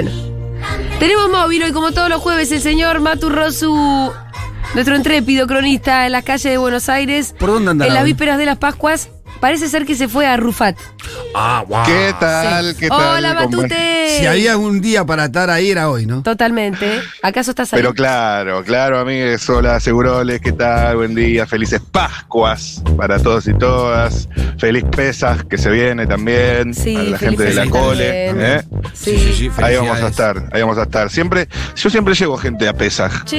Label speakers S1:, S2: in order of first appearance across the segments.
S1: Bueno, tenemos móvil hoy, como todos los jueves, el señor Maturrosu, nuestro intrépido cronista en las calles de Buenos Aires.
S2: ¿Por dónde andará
S1: En las
S2: hoy?
S1: vísperas de las Pascuas, parece ser que se fue a Rufat.
S2: Ah, guau.
S3: ¿Qué tal? ¿Qué tal?
S1: ¡Hola,
S3: compañero?
S1: Matute!
S2: Si había un día para estar ahí era hoy, ¿no?
S1: Totalmente. ¿Acaso estás ahí?
S3: Pero claro, claro, amigues. Hola, Seguroles. ¿Qué tal? Buen día. Felices Pascuas para todos y todas. Feliz Pesas que se viene también.
S1: Sí,
S3: a la
S1: feliz
S3: gente de la
S1: Pesas
S3: cole.
S1: también.
S3: ¿eh?
S1: Sí.
S3: Ahí
S2: felicidades.
S3: vamos a estar. Ahí vamos a estar. Siempre, yo siempre llevo gente a Pesas.
S1: Che,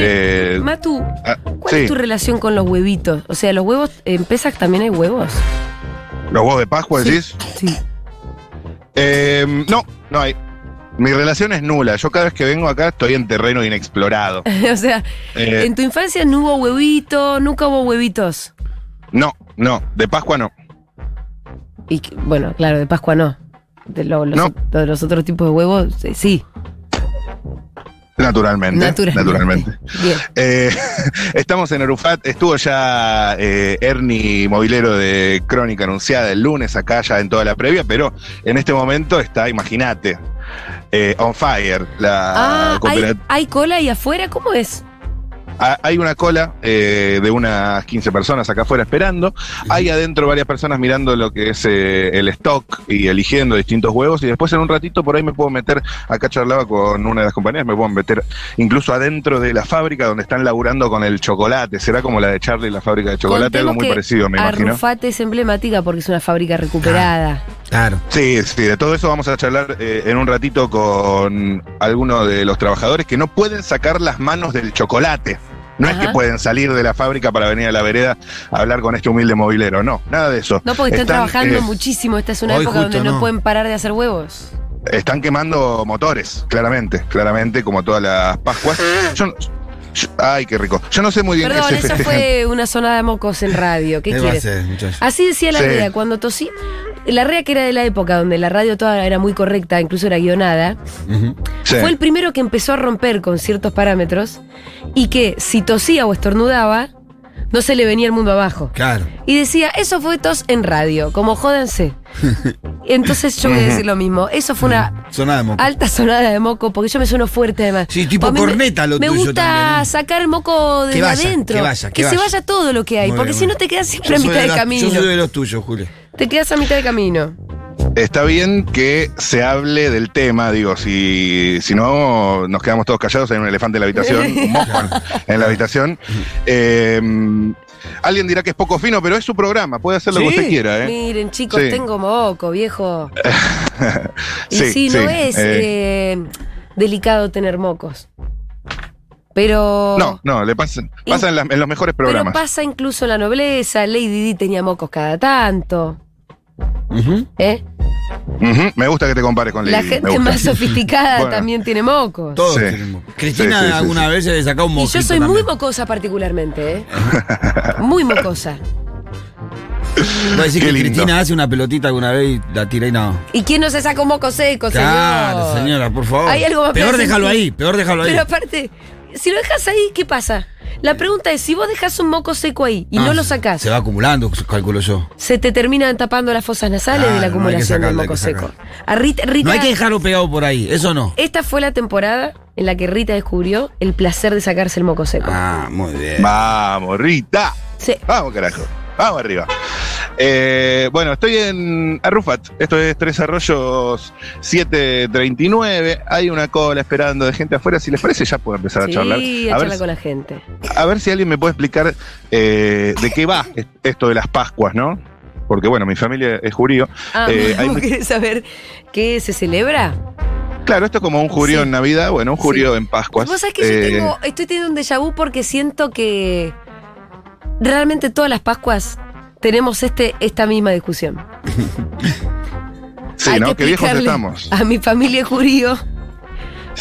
S3: eh,
S1: Matu,
S3: ah,
S1: ¿cuál
S3: sí,
S1: es tu relación con los huevitos? O sea, los huevos, en Pesach también hay huevos.
S3: los huevos de Pascua, decís.
S1: Sí.
S3: Eh, no, no hay. Mi relación es nula. Yo cada vez que vengo acá estoy en terreno inexplorado.
S1: o sea,
S3: Eh,
S1: en tu infancia no hubo huevitos, nunca hubo huevitos.
S3: No, no, de Pascua no.
S1: Y que- bueno, claro, de Pascua no. De lo- los,
S3: No.
S1: de los otros tipos de huevos, eh, sí,
S3: Naturalmente.
S1: naturalmente.
S3: Naturalmente.
S1: Bien.
S3: Eh, estamos en Arufat, estuvo ya eh, Ernie Movilero de Crónica Anunciada el lunes acá ya en toda la previa, pero en este momento está, imagínate, eh, On Fire, la
S1: Ah,
S3: coopera-
S1: ¿hay, hay cola ahí afuera? ¿Cómo es?
S3: Ah, Hay una cola eh, de unas 15 personas acá afuera esperando. Hay adentro varias personas mirando lo que es eh, el stock y eligiendo distintos huevos. Y después en un ratito por ahí me puedo meter, acá charlaba con una de las compañías, me puedo meter incluso adentro de la fábrica donde están laburando con el chocolate. Será como la de Charlie, la fábrica de chocolate,
S1: Contemos
S3: algo muy
S1: que
S3: parecido, me imagino.
S1: Arrufate es emblemática porque es una fábrica recuperada.
S2: Claro.
S3: Sí, sí, de todo eso vamos a charlar eh, en un ratito con algunos de los trabajadores que no pueden sacar las manos del chocolate. No es
S1: Ajá.
S3: que pueden salir de la fábrica para venir a la vereda a hablar con este humilde movilero, no, nada de eso.
S1: No, porque están, trabajando
S3: eh,
S1: muchísimo. Esta es una
S2: hoy
S1: época
S2: justo
S1: donde no.
S2: no.
S1: pueden parar de hacer huevos.
S3: Están quemando motores, claramente, claramente, como todas las Pascuas. Yo no- yo- ay, qué rico. Yo no sé muy bien qué
S1: Ah. Perdón,
S3: se
S1: esa
S3: festeja.
S1: fue una zona de mocos en radio. ¿Qué
S2: ¿Qué va a
S1: quieres? Ah.
S2: ser, muchachos?
S1: Así decía la
S3: Sí.
S1: REA, cuando tosí. La REA, que era de la época donde la radio toda era muy correcta, incluso era guionada,
S2: Ujú.
S3: Sí.
S1: fue el primero que empezó a romper con ciertos parámetros y que si tosía o estornudaba, no se le venía el mundo abajo.
S2: Claro.
S1: Y decía, eso fue tos en radio, como jódanse. Entonces yo voy a decir lo mismo. Eso fue una
S2: Sonaba de moco.
S1: alta sonada de moco, porque yo me sueno fuerte además. Pues
S2: Sí, tipo
S1: A mí me-
S2: corneta lo
S1: Me
S2: tuyo
S1: gusta
S2: también, ¿eh?
S1: sacar el moco de
S2: Que vaya,
S1: adentro.
S2: que vaya, que
S1: se
S2: vaya.
S1: vaya todo lo que hay,
S2: Muy
S1: porque
S2: bien,
S1: si
S2: muy
S1: no te quedas siempre a
S2: Yo soy
S1: mitad
S2: de
S1: de
S2: la-
S1: camino.
S2: Yo soy de los tuyos, Julio.
S1: Te quedas a mitad de camino.
S3: Está bien que se hable del tema, digo, si, si no nos quedamos todos callados, hay un elefante en la habitación, un moscón en la habitación. Eh, alguien dirá que es poco fino, pero es su programa, puede hacer lo que
S2: Sí.
S3: usted quiera, ¿eh?
S1: Miren, chicos,
S3: Sí.
S1: tengo moco, viejo. Y sí, no es
S3: eh,
S1: eh, delicado tener mocos. Pero.
S3: no, no, le pasa, pasa en, las- en los mejores
S1: Pero
S3: programas.
S1: pasa incluso en la nobleza. Lady Di tenía mocos cada tanto.
S2: Ujú.
S1: ¿eh?
S3: Ujú, Me gusta que te compares con Lady.
S1: La
S3: me
S1: gente
S3: gusta.
S1: más sofisticada
S3: Bueno.
S1: también tiene mocos.
S2: Todos
S3: Sí.
S2: tenemos. Cristina
S3: Sí, sí, sí,
S2: alguna vez se le sacó un
S1: Y
S2: mojito
S1: yo soy muy
S2: también.
S1: mocosa particularmente, ¿eh? Muy mocosa.
S2: Voy a decir
S3: Qué
S2: que
S3: lindo.
S2: Cristina hace una pelotita alguna vez y la tira y no.
S1: ¿Y quién no se saca un moco seco, señor?
S2: Claro, señora, por favor.
S1: Hay algo más
S2: peor
S1: placentero.
S2: déjalo ahí, peor déjalo ahí.
S1: Pero aparte, si lo dejas ahí, ¿qué pasa? La pregunta es, si vos dejas un moco seco ahí y no
S2: Ah,
S1: lo
S2: se-
S1: sacás,
S2: Se va acumulando, calculo yo.
S1: se te terminan tapando las fosas nasales
S2: Claro,
S1: de la
S2: Ah, no hay que
S1: acumulación del
S2: sacarlo, hay
S1: moco
S2: que
S1: seco.
S2: sacarlo.
S1: A Rita, Rita-
S2: No hay que dejarlo pegado por ahí, eso no.
S1: esta fue la temporada en la que Rita descubrió el placer de sacarse el moco seco.
S2: Ah, muy bien.
S3: Vamos, Rita.
S1: Sí.
S3: Vamos, carajo. Vamos arriba. Eh, bueno, estoy en Arrufat. Esto es Tres Arroyos 739. Hay una cola esperando de gente afuera. Si les parece, ya puedo empezar
S1: Sí,
S3: a charlar.
S1: a
S3: A
S1: charlar con
S3: ver,
S1: la gente.
S3: a ver si alguien me puede explicar eh, de qué va es- esto de las Pascuas, ¿no? Porque, bueno, mi familia es jurío.
S1: Ah,
S3: Eh, hay
S1: ¿vos
S3: mu-
S1: querés saber qué se celebra?
S3: Claro, esto es como un jurío
S1: Sí.
S3: en Navidad, bueno, un jurío
S1: Sí.
S3: en Pascuas.
S1: Vos sabés que yo
S3: Eh,
S1: tengo, estoy teniendo un déjà vu porque siento que realmente todas las Pascuas tenemos este, esta misma discusión.
S3: Sí,
S1: Hay
S3: ¿no?
S1: que
S3: Qué viejos
S1: explicarle
S3: estamos.
S1: A mi familia judío.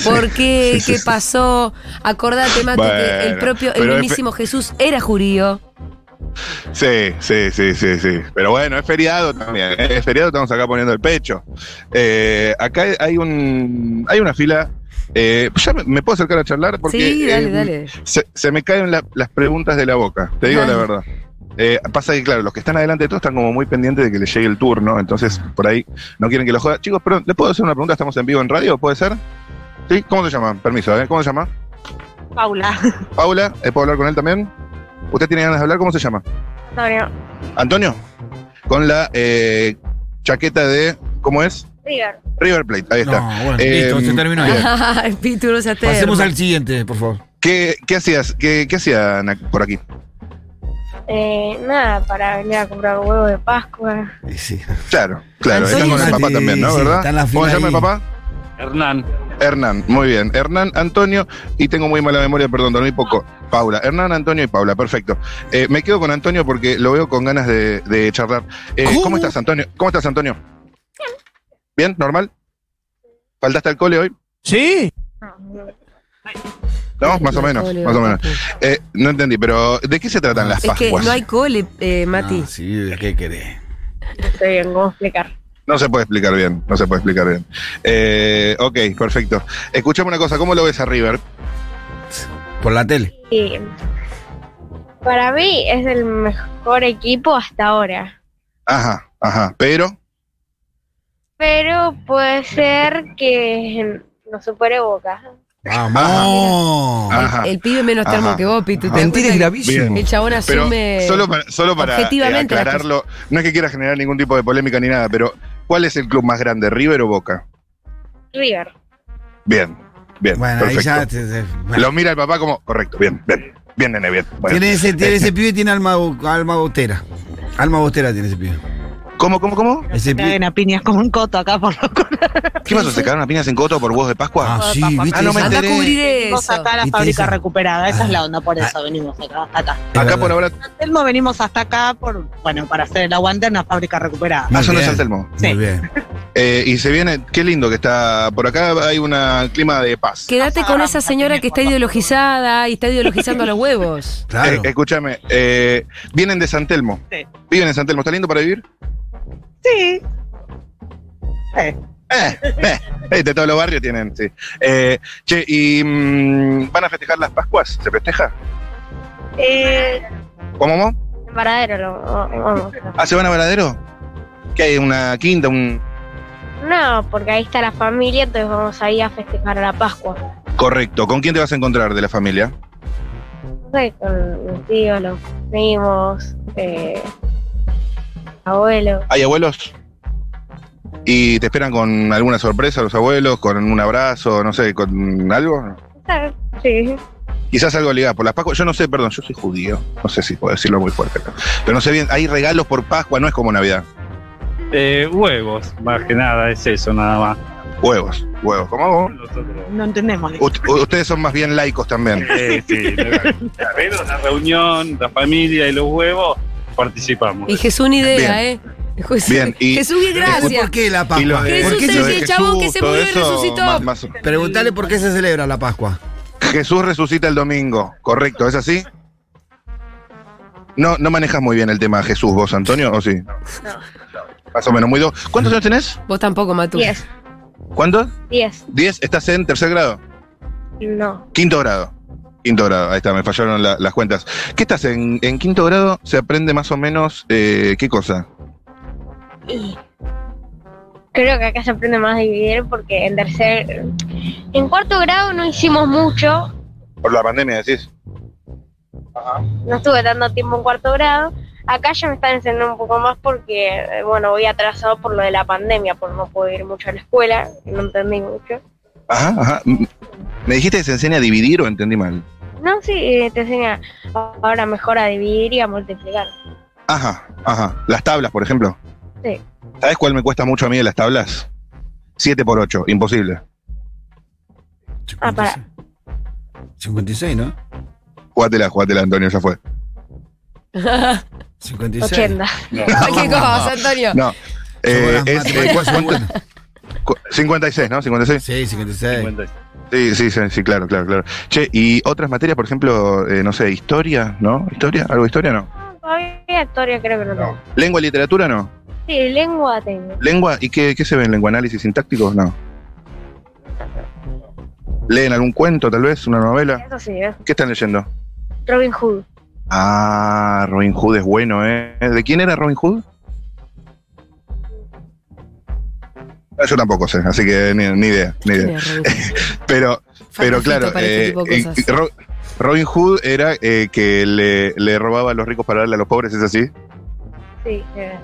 S1: ¿Por qué?
S3: Sí, sí,
S1: ¿Qué
S3: sí.
S1: pasó? Acordate, Mate, que el
S3: Bueno,
S1: propio, el
S3: pero es fe-
S1: mismísimo Jesús era judío.
S3: Sí, sí, sí, sí, sí. Pero bueno, es feriado también. ¿eh? Es feriado, estamos acá poniendo el pecho. Eh, acá hay un, hay una fila. eh, ya me, me puedo acercar a charlar porque
S1: sí, dale,
S3: eh,
S1: dale.
S3: Se, se me caen la- las preguntas de la boca. Te digo
S1: Dale.
S3: la verdad. Eh, pasa que claro, los que están adelante de todos están como muy pendientes de que les llegue el turno, entonces por ahí no quieren que lo joda. Chicos, perdón, ¿les puedo hacer una pregunta? Estamos en vivo en radio, ¿puede ser? ¿Sí? ¿Cómo se llama? Permiso, ¿eh? ¿Cómo se llama?
S4: Paula.
S3: Paula, ¿eh, ¿puedo hablar con él también? ¿Usted tiene ganas de hablar? ¿Cómo se llama?
S4: Antonio.
S3: Antonio, con la eh, chaqueta de. ¿Cómo es?
S4: River.
S3: River Plate, ahí está.
S2: No, bueno,
S3: Eh,
S2: listo, se terminó ya.
S1: Ay, Pitu, no seas
S2: Pasemos
S1: termo.
S2: al siguiente, por favor.
S3: ¿Qué, qué hacías? ¿Qué, qué hacían ac- por aquí?
S4: Eh, nada, para venir a comprar huevos de Pascua.
S2: Sí.
S3: Claro, claro.
S1: Antonio.
S3: Estás con el papá
S2: Sí,
S3: también, ¿no?
S2: sí,
S3: ¿Verdad?
S2: está en la fila
S3: ¿Cómo se llama el
S2: ahí.
S3: papá?
S5: Hernán.
S3: Hernán, muy bien. Hernán, Antonio, y tengo muy mala memoria, perdón, dormí poco. Paula. Hernán, Antonio y Paula, perfecto. Eh, me quedo con Antonio porque lo veo con ganas de, de charlar. Eh, ¿cómo?
S2: ¿Cómo
S3: estás, Antonio? ¿Cómo estás, Antonio? ¿Bien? ¿Normal? ¿Faltaste al cole hoy?
S5: ¿Sí?
S4: No,
S3: No, más o menos,
S1: Cole,
S3: más o menos.
S1: papu.
S3: Eh, no entendí, pero ¿de qué se tratan las
S1: Es que
S3: Pascuas?
S1: no hay cole, eh, Mati.
S2: Ah, sí, ¿qué querés?
S4: estoy bien, ¿cómo explicar?
S3: No se puede explicar bien, no se puede explicar bien. Eh, ok, perfecto. Escuchame una cosa, ¿cómo lo ves a River?
S2: Por la tele.
S4: Y para mí es el mejor equipo hasta ahora.
S3: Ajá, ajá, pero...
S4: Pero puede ser que nos supere Boca.
S3: Ah,
S2: ¡Vamos! Ah,
S3: Ajá.
S1: El pibe menos termo
S3: Ajá.
S1: que vos, Pitu. ¿te das
S6: Mentira es
S1: cuenta
S6: gravísimo.
S3: Ah, Bien.
S1: que El chabón
S3: Pero
S1: asume.
S3: solo para, solo para, eh,
S1: objetivamente las
S3: aclararlo, no es que quiera generar ningún tipo de polémica ni nada, pero ¿cuál es el club más grande, River o Boca?
S4: River.
S3: Bien, bien,
S2: Bueno, ahí
S3: perfecto.
S2: ya. te- te-
S3: Lo mira el papá como, correcto, bien, bien, bien, nene, bien. Bueno.
S2: Tiene ese, tiene
S3: Eh,
S2: ese pibe tiene alma, bo- alma botera. Alma botera tiene ese pibe.
S3: ¿Cómo, cómo, cómo?
S2: Ese pibe.
S7: Caen a piñas como un coto acá por los
S3: ¿Qué pasó? ¿Se cagaron a piñas en Coto por huevos de Pascua?
S2: Ah, sí,
S7: Ah,
S2: viste.
S3: no me
S2: esa-
S1: Anda a
S3: enteré.
S1: cubrir
S7: Vamos
S1: eso.
S7: acá a la
S2: ¿Viste
S7: fábrica
S2: esa?
S7: recuperada, esa es la onda, por eso venimos acá hasta acá.
S2: es
S3: Acá
S2: verdad.
S3: por ahora,
S7: San Telmo venimos hasta acá por, bueno, para hacer el aguante en una fábrica recuperada.
S2: Muy
S3: ah, son de
S2: bien.
S3: San Telmo.
S7: Sí.
S2: Muy bien.
S3: Eh, y se viene, qué lindo que está, por acá hay un clima de paz.
S1: Quédate con esa señora que está ideologizada y está ideologizando los huevos.
S2: Claro.
S3: Eh, escúchame, eh, vienen de San Telmo.
S7: Sí.
S3: Viven en San Telmo, ¿está lindo para vivir?
S7: Sí. Eh,
S3: Eh, eh, eh, de todos los barrios tienen, sí. Eh, che, ¿y mm, van a festejar las Pascuas? ¿Se festeja?
S4: Eh,
S3: ¿Cómo, mo?
S4: en Varadero lo lo- vamos.
S3: ¿Ah, se van a Varadero? ¿Que hay una quinta, un...?
S4: No, porque ahí está la familia, entonces vamos ahí a festejar la Pascua.
S3: Correcto. ¿Con quién te vas a encontrar de la familia?
S4: No sé, con mis tíos, los primos, eh, abuelo.
S3: ¿Hay abuelos? ¿Y te esperan con alguna sorpresa los abuelos? ¿Con un abrazo? No sé, ¿con algo?
S4: Ah, Sí.
S3: Quizás algo ligado por las Pascuas. Yo no sé, perdón, yo soy judío. No sé si puedo decirlo muy fuerte. Pero, pero no sé bien, hay regalos por Pascua, no es como Navidad.
S5: Eh, huevos, más que nada, es eso nada más.
S3: Huevos, huevos. ¿Cómo? vos?
S5: Nosotros-
S7: no entendemos.
S3: Ut- ustedes son más bien laicos también.
S5: Eh, sí, la- pero la reunión, la familia y los huevos, participamos.
S1: Y Jesús ni idea, ¿eh? Jesús,
S3: Bien, y-
S1: Jesús, qué
S2: ¿Por- ¿Por
S1: gracias.
S2: qué la
S3: Y lo
S2: Pascua?
S3: de-
S1: Jesús
S2: ¿Por qué
S1: es
S2: se-
S3: lo de
S1: el chabón que se
S3: todo
S1: murió y
S3: eso,
S1: resucitó.
S3: más- más-
S2: Preguntale por qué se celebra la Pascua.
S3: Jesús resucita el domingo, correcto, ¿es así? No, no manejas muy bien el tema Jesús, vos, Antonio, ¿o sí? Más o menos, muy do- ¿Cuántos años tenés?
S1: Vos tampoco, Matu.
S4: 10.
S3: ¿Cuántos?
S4: 10.
S3: ¿Diez? ¿Estás en tercer grado?
S4: No.
S3: Quinto grado. Quinto grado, ahí está, me fallaron la- las cuentas. ¿Qué estás en, en quinto grado? ¿Se aprende más o menos eh, qué cosa?
S4: Y creo que acá se aprende más a dividir porque en tercer. En cuarto grado no hicimos mucho.
S3: Por la pandemia, decís.
S4: No estuve tanto tiempo en cuarto grado. Acá ya me están enseñando un poco más porque, eh, bueno, voy atrasado por lo de la pandemia, por no poder ir mucho a la escuela. No entendí mucho.
S3: Ajá, ajá. Mm. ¿Me dijiste que se enseña a dividir o entendí mal?
S4: No, sí, eh, te enseña ahora mejor a dividir y a multiplicar.
S3: Ajá, ajá. Las tablas, por ejemplo.
S4: Sí.
S3: ¿Sabes cuál me cuesta mucho a mí de las tablas? 7 por 8, imposible.
S4: Ah, para.
S2: 56, ¿no?
S3: Jugátela, jugátela, Antonio, ya fue.
S1: Qué
S2: 56.
S4: 80.
S1: cosa, Antonio.
S3: No. Eh,
S2: Son buenas
S3: es, eh,
S2: matemáticas,
S3: cu-
S2: son
S3: cu-
S2: buenas.
S3: cu- 56, ¿no? 56.
S2: Sí, 56.
S3: Sí, sí, sí, sí, claro, claro, claro. Che, y otras materias, por ejemplo, eh, no sé, historia, ¿no? ¿Historia? ¿Algo de historia no?
S4: No, Todavía historia creo que no tengo.
S3: ¿Lengua y literatura no?
S4: Sí, lengua tengo.
S3: ¿Lengua? ¿Y qué, qué se ve en lengua? ¿Análisis sintácticos? No. ¿Leen algún cuento, tal vez? ¿Una novela?
S4: Eso sí, ¿eh?
S3: ¿Qué están leyendo?
S4: Robin Hood.
S3: Ah, Robin Hood es bueno, ¿eh? ¿De quién era Robin Hood? Yo tampoco sé, así que ni, ni idea, ni idea. Pero, pero claro,
S1: para este
S3: eh,
S1: tipo de cosas.
S3: eh, Ro- Robin Hood era eh, que le, le robaba a los ricos para darle a los pobres, ¿es así?
S4: Sí, eh,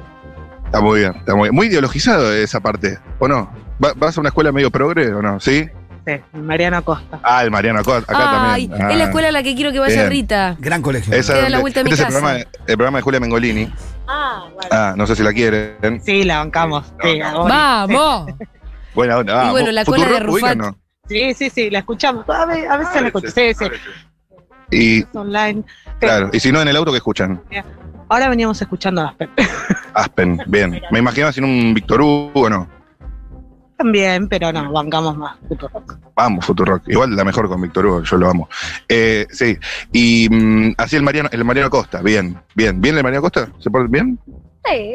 S3: Está muy bien, está muy bien. Muy ideologizado esa parte, ¿o no? ¿Va- ¿Vas a una escuela medio progre o no? ¿Sí?
S7: Sí, Mariano Acosta.
S3: Ah, el Mariano acá, acá
S1: Ay,
S3: también.
S1: es la
S3: Ah.
S1: escuela a la que quiero que vaya
S3: Bien.
S1: Rita.
S2: Gran colegio.
S3: Esa
S1: Queda a la
S3: donde-
S1: vuelta de mi
S3: este es
S1: casa.
S3: el programa, el programa de Julia Mengolini.
S4: Ah, bueno.
S3: Ah, no sé si la quieren.
S7: Sí, la bancamos.
S3: Sí,
S7: Sí,
S3: la
S7: ahora.
S1: ¡Vamos!
S3: Buena onda.
S1: Y
S3: Ah,
S1: bueno,
S3: ¿vos-
S1: la cola de
S3: Futurock ubican,
S1: Rufat.
S3: ¿no?
S7: sí, sí, sí, la escuchamos. A ve- a veces la escuchamos. Sí, sí,
S3: Y
S7: es online.
S3: claro, y si no en el auto que escuchan.
S7: Ahora veníamos escuchando a Aspen.
S3: Aspen, bien. Me imaginaba sin un Víctor Hugo, no.
S7: También, pero no, bancamos más. Futurock.
S3: Vamos, Futurock. Igual la mejor con Víctor Hugo, yo lo amo. Eh, sí. Y mm, así el Mariano, el Mariano Costa, bien, bien. ¿Bien el Mariano Costa? ¿Se porta bien?
S4: Sí,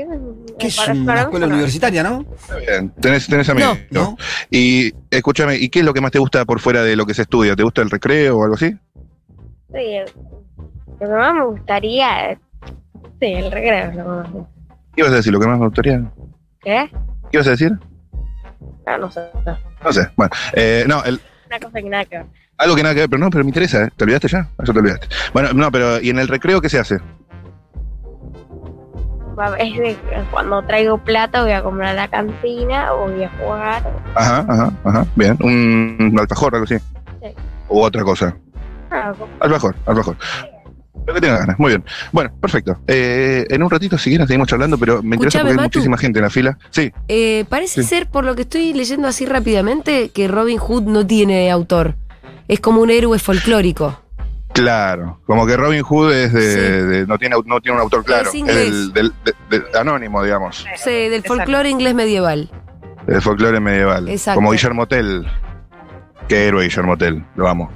S2: Que es
S4: para-
S2: una
S4: para-
S2: escuela universitaria, ¿no?
S3: Está Bien. Tenés, tenés amigos.
S2: ¿No?
S3: Y escúchame, ¿y qué es lo que más te gusta por fuera de lo que se estudia? ¿Te gusta el recreo o algo así?
S4: Sí, eh, lo que más me gustaría. eh, Sí, el recreo. es Lo que más me-
S3: ¿Qué ibas a decir? ¿Lo que más me gustaría?
S4: ¿Qué?
S3: ¿Qué ibas a decir?
S4: No, no sé.
S3: No sé. Bueno, eh, no, el,
S4: Una cosa que nada que ver.
S3: Algo que nada que ver, pero no, pero me interesa, ¿eh? ¿Te olvidaste ya? Eso te olvidaste. Bueno, no, pero ¿y en el recreo qué se hace?
S4: Va- Es de eh, cuando traigo plata voy a comprar a la cantina o voy a jugar.
S3: Ajá, ajá, ajá. Bien, un alfajor, algo así.
S4: Sí.
S3: O otra cosa.
S4: Ah, co-
S3: Alfajor, alfajor. Lo que tenga ganas, muy bien. Bueno, perfecto. Eh, en un ratito, si quieren, seguimos charlando, pero me interesa
S1: Escuchame,
S3: porque hay
S1: Matu.
S3: muchísima gente en la fila. Sí,
S1: Eh, parece
S3: Sí.
S1: ser, por lo que estoy leyendo así rápidamente, que Robin Hood no tiene autor. Es como un héroe folclórico.
S3: claro. Como que Robin Hood es de,
S1: Sí.
S3: de- no, tiene, au- no tiene un autor claro.
S1: Es inglés.
S3: el- del, de- de- anónimo, digamos.
S1: O sea, del
S7: Exacto.
S1: folclore inglés medieval.
S3: El folclore medieval.
S1: Exacto.
S3: Como Guillermo Tell. Qué héroe Guillermo Tell, lo amo.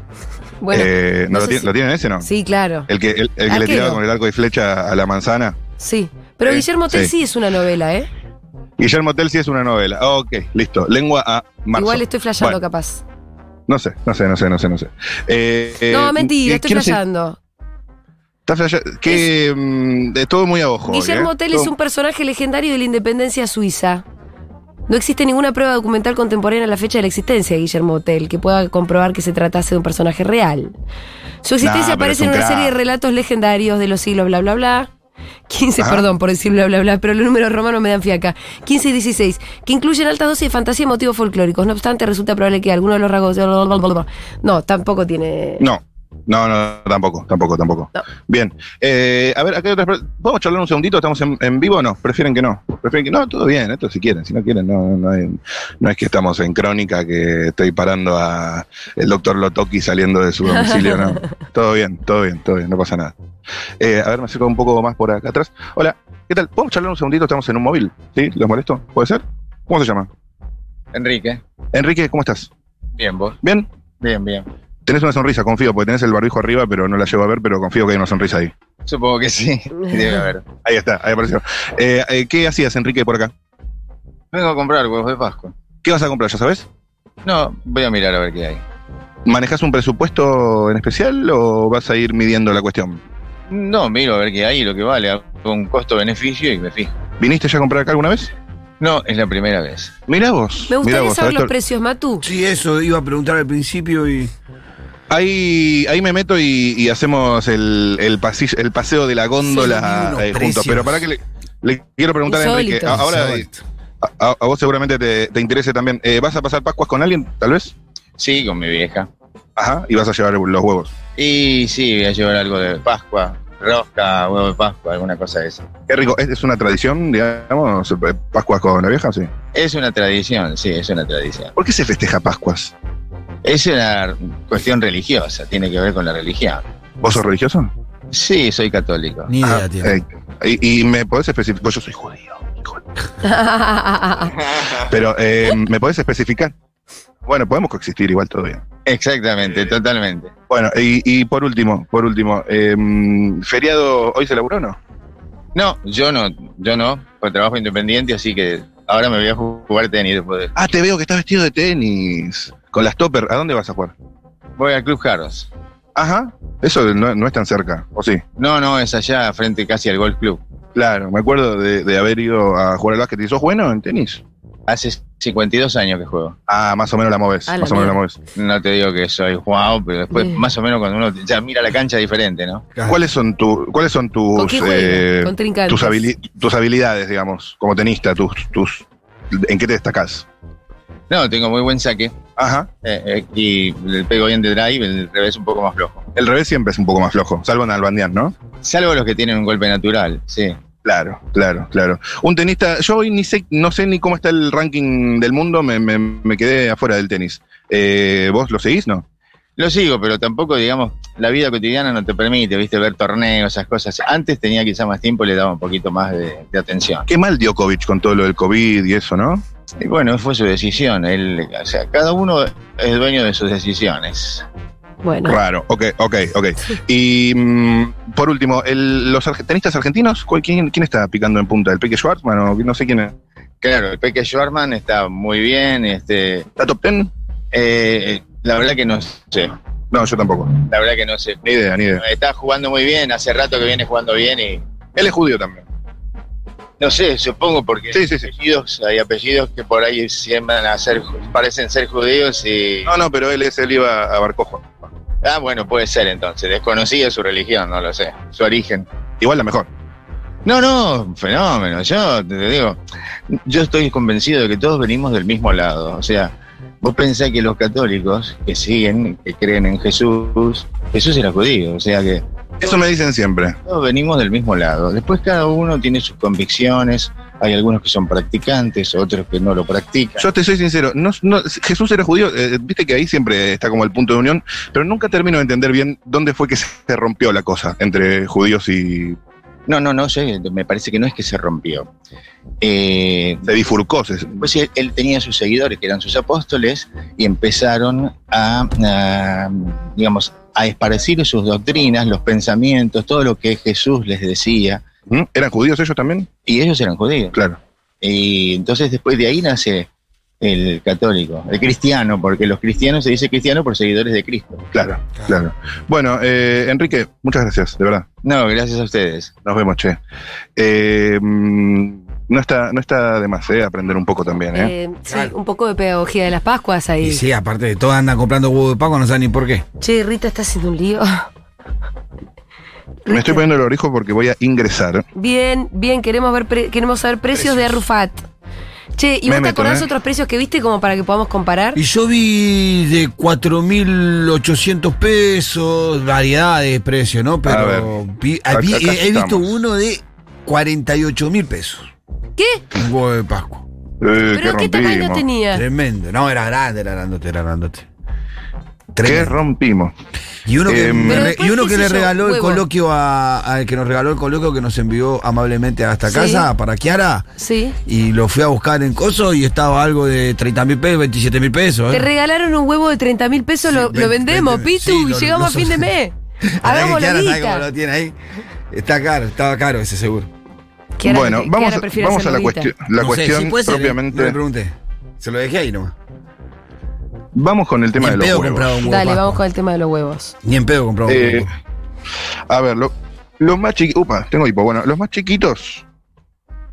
S1: Bueno,
S3: Eh,
S1: no
S3: ¿no lo,
S1: sé
S3: tiene-
S1: si-
S3: ¿Lo tienen ese, no?
S1: sí, claro.
S3: El que, el, el que le
S1: Arquero.
S3: tiraba con el arco y flecha a la manzana.
S1: Sí. Pero
S3: Eh,
S1: Guillermo Tell
S3: sí.
S1: sí es una novela, ¿eh?
S3: Guillermo Tell sí es una novela. Ah, ok, listo. Lengua a marzo.
S1: Igual estoy flasheando
S3: Bueno.
S1: capaz.
S3: No sé, no sé, no sé, no sé, no sé. Eh, eh,
S1: no, mentira, estoy
S3: quiero decir-
S1: flasheando.
S3: Está flasheando. Que mm, es todo muy a ojo.
S1: Guillermo
S3: ¿eh?
S1: Tell
S3: Todo-
S1: es un personaje legendario de la independencia suiza. No existe ninguna prueba documental contemporánea a la fecha de la existencia de Guillermo Tell que pueda comprobar que se tratase de un personaje real. Su
S3: Nah, pero
S1: existencia aparece
S3: es
S1: en
S3: un
S1: una
S3: crack.
S1: serie de relatos legendarios de los siglos bla bla bla. 15,
S3: Ajá.
S1: perdón por decir bla bla bla, pero los números romanos me dan fiaca. 15 y 16, que incluyen altas dosis de fantasía y motivos folclóricos. No obstante, resulta probable que alguno de los rasgos. No, tampoco tiene.
S3: No. No, no, tampoco, tampoco, tampoco.
S1: No.
S3: Bien. Eh, a ver, acá hay otras. pre- ¿Podemos charlar un segundito? ¿Estamos en, en vivo o no? ¿Prefieren que no? ¿Prefieren que no? Todo bien, esto si quieren. Si no quieren, no, no, no hay- no es que estamos en crónica, que estoy parando a el doctor Lotoki saliendo de su domicilio, no. Todo bien, todo bien, todo bien, no pasa nada. Eh, a ver, me acerco un poco más por acá atrás. Hola, ¿qué tal? ¿Podemos charlar un segundito? Estamos en un móvil. ¿Sí? ¿Los molesto? ¿Puede ser? ¿Cómo se llama?
S6: Enrique,
S3: Enrique, ¿cómo estás?
S6: bien, vos.
S3: ¿Bien?
S6: Bien, bien.
S3: Tenés una sonrisa, confío, porque tenés el barbijo arriba, pero no la llevo a ver, pero confío que hay una sonrisa ahí.
S6: Supongo que sí. Debe haber.
S3: Ahí está, ahí apareció. Eh, eh, ¿Qué hacías, Enrique, por acá?
S6: Vengo a comprar huevos de Pascua.
S3: ¿Qué vas a comprar, ya sabes?
S6: No, voy a mirar a ver qué hay.
S3: ¿Manejas un presupuesto en especial o vas a ir midiendo la cuestión?
S6: No, miro a ver qué hay y lo que vale. Hago un costo-beneficio y me fijo.
S3: ¿Viniste ya a comprar acá alguna vez?
S6: No, es la primera vez.
S3: Mirá vos.
S1: Me gustaría
S3: mirá vos,
S1: saber los
S3: Alberto.
S1: precios, Matú.
S2: Sí, eso iba a preguntar al principio y.
S3: ahí, ahí me meto y, y hacemos el, el, pasillo- el paseo de la góndola
S2: unos
S3: eh, juntos.
S2: precios.
S3: Pero para que le, le quiero preguntar a Enrique.
S1: Insólito.
S3: a- Ahora, eh,
S2: Exacto.
S3: a, a vos seguramente te, te interese también. Eh, ¿Vas a pasar Pascuas con alguien, tal vez?
S6: Sí, con mi vieja.
S3: Ajá, y vas a llevar los huevos.
S6: Y sí, voy a llevar algo de Pascua. Rosca, huevo de Pascua, alguna cosa de esa.
S3: Qué rico. ¿Es, es una tradición, digamos, eh, Pascuas con la vieja? Sí.
S6: Es una tradición, sí, es una tradición.
S3: ¿Por qué se festeja Pascuas?
S6: Es una cuestión religiosa, tiene que ver con la religión.
S3: ¿Vos sos religioso?
S6: Sí, soy católico.
S2: Ni idea
S3: Ah,
S2: tiene.
S3: eh, y, y me podés especificar, yo soy judío, hijo de- pero eh, me podés especificar. Bueno, podemos coexistir igual todo bien.
S6: Exactamente, totalmente.
S3: Bueno, y, y por último, por último, eh, feriado, ¿hoy se laburó o no?
S6: No, yo no, yo no, por trabajo independiente, así que ahora me voy a ju- jugar tenis después. de-
S3: Ah, te veo que estás vestido de tenis, con las topper, ¿a dónde vas a jugar?
S6: Voy al Club Jaros.
S3: Ajá, eso no, no es tan cerca, ¿o sí?
S6: No, no, es allá, frente casi al Golf Club.
S3: Claro, me acuerdo de, de haber ido a jugar al básquet, ¿y sos bueno en tenis?
S6: Hace 52 años que juego.
S3: Ah, más o menos la moves.
S1: A la
S3: Más o menos la
S1: mierda.
S3: moves.
S6: No te digo que soy wow, pero después
S1: Bien.
S6: más o menos cuando uno ya mira la cancha diferente, ¿no?
S2: Claro.
S3: ¿Cuáles son, tu, ¿cuáles son tus,
S1: ¿Con qué juega?
S3: eh,
S1: Con trincantes.
S3: tus, habili- tus habilidades, digamos, como tenista? Tus, tus, ¿En qué te destacás?
S6: No, tengo muy buen saque
S3: Ajá.
S6: eh, eh, y le pego bien de drive, el revés un poco más flojo.
S3: El revés siempre es un poco más flojo, salvo en Albandián, ¿no?
S6: Salvo los que tienen un golpe natural, sí.
S3: Claro, claro, claro. Un tenista, yo hoy ni sé, no sé ni cómo está el ranking del mundo, me, me- me quedé afuera del tenis. Eh, ¿Vos lo seguís, no?
S6: Lo sigo, pero tampoco, digamos, la vida cotidiana no te permite, viste, ver torneos, esas cosas. Antes tenía quizá más tiempo y le daba un poquito más de, de atención.
S3: Qué mal Djokovic con todo lo del COVID y eso, ¿no?
S6: Y bueno, fue su decisión. Él, o sea, cada uno es dueño de sus decisiones.
S1: Bueno.
S3: Raro, ok, ok, ok. Y mm, por último, el- los arge- tenistas argentinos, ¿Cuál- ¿quién, quién está picando en punta? ¿El Peque Schwartzman o no sé quién es?
S6: Claro, el Peque Schwarman está muy bien, este, eh,
S3: ¿Está top ten?
S6: eh, la verdad que no sé,
S3: No, yo tampoco.
S6: la verdad que no sé.
S3: Ni idea, ni idea.
S6: Está jugando muy bien, hace rato que viene jugando bien y
S3: Él es judío también.
S6: no sé, supongo porque
S3: Sí, sí, sí.
S6: apellidos, hay apellidos que por ahí siembran a ser, ju- parecen ser judíos y...
S3: No, no, pero él es, él iba a Barcojo.
S6: Ah, bueno, puede ser entonces, desconocida su religión, no lo sé, su origen.
S3: Igual la mejor.
S6: No, no, fenómeno. Yo te digo, yo estoy convencido de que todos venimos del mismo lado. O sea, vos pensás que los católicos que siguen, que creen en Jesús, Jesús era judío. O sea que
S3: Eso me dicen siempre.
S6: todos venimos del mismo lado. Después cada uno tiene sus convicciones. Hay algunos que son practicantes, otros que no lo practican.
S3: Yo te soy sincero, no, no- Jesús era judío, eh, viste que ahí siempre está como el punto de unión, pero nunca termino de entender bien dónde fue que se rompió la cosa entre judíos y
S6: No, no, no, sé, me parece que no es que se rompió. Eh,
S3: se bifurcó. se-
S6: Pues él, él tenía sus seguidores, que eran sus apóstoles, y empezaron a, a, digamos, a esparcir sus doctrinas, los pensamientos, todo lo que Jesús les decía,
S3: ¿Mm? ¿Eran judíos ellos también?
S6: y ellos eran judíos.
S3: Claro.
S6: Y entonces después de ahí nace el católico, el cristiano, porque los cristianos se dice cristiano por seguidores de Cristo.
S3: Claro, claro. Bueno, eh, Enrique, muchas gracias, de verdad.
S6: No, gracias a ustedes.
S3: Nos vemos, che. Eh, mm, no, está, no está de más, eh, aprender un poco también, eh.
S1: Eh, sí,
S2: Claro.
S1: un poco de pedagogía de las Pascuas ahí.
S2: Y sí, aparte de todo, andan comprando huevo de Pascua, no saben ni por qué.
S1: Che, Rita está haciendo un lío.
S3: Me estoy poniendo el orejo porque voy a ingresar.
S1: Bien, bien, queremos ver pre- queremos saber precios, de Arrufat. Che, ¿y vos
S3: Me
S1: te
S3: meto,
S1: acordás
S3: ¿eh?
S1: otros precios que viste como para que podamos comparar?
S2: Y yo vi de 4.800 pesos, variedad de precio, ¿no? Pero
S3: A ver,
S2: vi-
S3: acá-
S2: vi-
S3: acá
S2: he, he visto
S3: estamos.
S2: uno de 48.000 pesos.
S1: ¿Qué?
S2: Un huevo de Pascua.
S3: Eh,
S1: ¿Pero
S3: ¿qué
S1: qué tamaño
S3: rompimos?
S1: tenía?
S2: Tremendo. No, era grande, era grandote, era grandote.
S3: ¿Qué
S2: Tremendo.
S3: rompimos?
S2: Y uno que,
S3: Em,
S2: me
S1: Pero
S2: re-
S1: después,
S2: y uno
S1: qué
S2: que
S1: sé
S2: le
S1: yo,
S2: regaló el
S1: huevo.
S2: coloquio a- al que nos regaló el coloquio que nos envió amablemente hasta
S1: Sí.
S2: casa para Kiara.
S1: Sí.
S2: Y lo fui a buscar en Coso y estaba algo de 30 mil pesos, 27 mil pesos.
S1: Te
S2: ¿eh?
S1: regalaron un huevo de 30 mil pesos,
S2: Sí,
S1: lo,
S2: veinte-
S1: lo vendemos,
S2: veinte-
S1: Pitu,
S2: sí,
S1: y
S2: lo-
S1: llegamos
S2: lo
S1: a fin de
S2: sobre-
S1: mes.
S2: Ahora que
S1: Hagamos la
S2: Kiara sabe cómo
S1: guita.
S2: lo tiene ahí. Está caro, estaba caro ese seguro.
S1: Kiara-
S3: bueno,
S1: Kiara
S3: vamos,
S1: prefiere
S3: vamos a
S1: hacer
S3: la,
S1: guita.
S3: cuestión la
S2: No sé,
S3: cuestión
S2: sí puede ser, ¿eh?
S3: propiamente.
S2: No le pregunté. Se lo dejé ahí nomás.
S3: Vamos con el
S2: Ni
S3: tema de
S2: en
S3: los
S2: pedo
S3: huevos.
S2: compraba un huevo.
S1: Dale,
S2: Pascua.
S1: vamos con el tema de los huevos.
S2: Ni en pedo compraba un
S3: Eh,
S2: huevo.
S3: A ver, lo- los más chiquitos. Upa, tengo hipo. Bueno, los más chiquitos.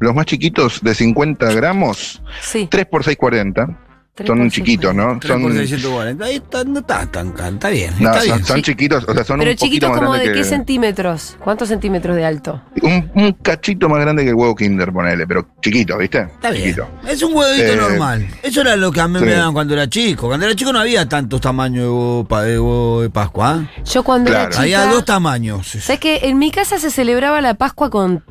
S3: Los más chiquitos de 50 gramos,
S1: Sí.
S3: 3 por 6, 40.
S1: tres por
S3: Son
S1: seis,
S3: chiquitos,
S1: cuarenta.
S3: ¿no?
S2: 3
S3: Son,
S2: por 640. Ahí está, no está tan caro. Está bien.
S3: no,
S2: está
S3: son-
S2: bien.
S3: son
S1: Sí.
S3: chiquitos, o sea, son
S1: Pero
S3: un poquito
S1: chiquitos
S3: más
S1: como de
S3: grandes
S1: qué
S3: que-
S1: centímetros. ¿Cuántos centímetros de alto?
S3: un, un cachito más grande que el huevo Kinder, ponele, pero chiquito, ¿viste?
S2: Está bien.
S3: Chiquito.
S2: Es un huevito
S3: Eh,
S2: normal. Eso era lo que a mí
S3: sí.
S2: me daban cuando era chico. Cuando era chico no había tantos tamaños de huevo, pa- de, huevo de Pascua. ¿ah?
S1: Yo cuando era
S3: Claro.
S1: chica-
S2: Había dos tamaños.
S1: ¿Sabes que en mi casa se celebraba la Pascua con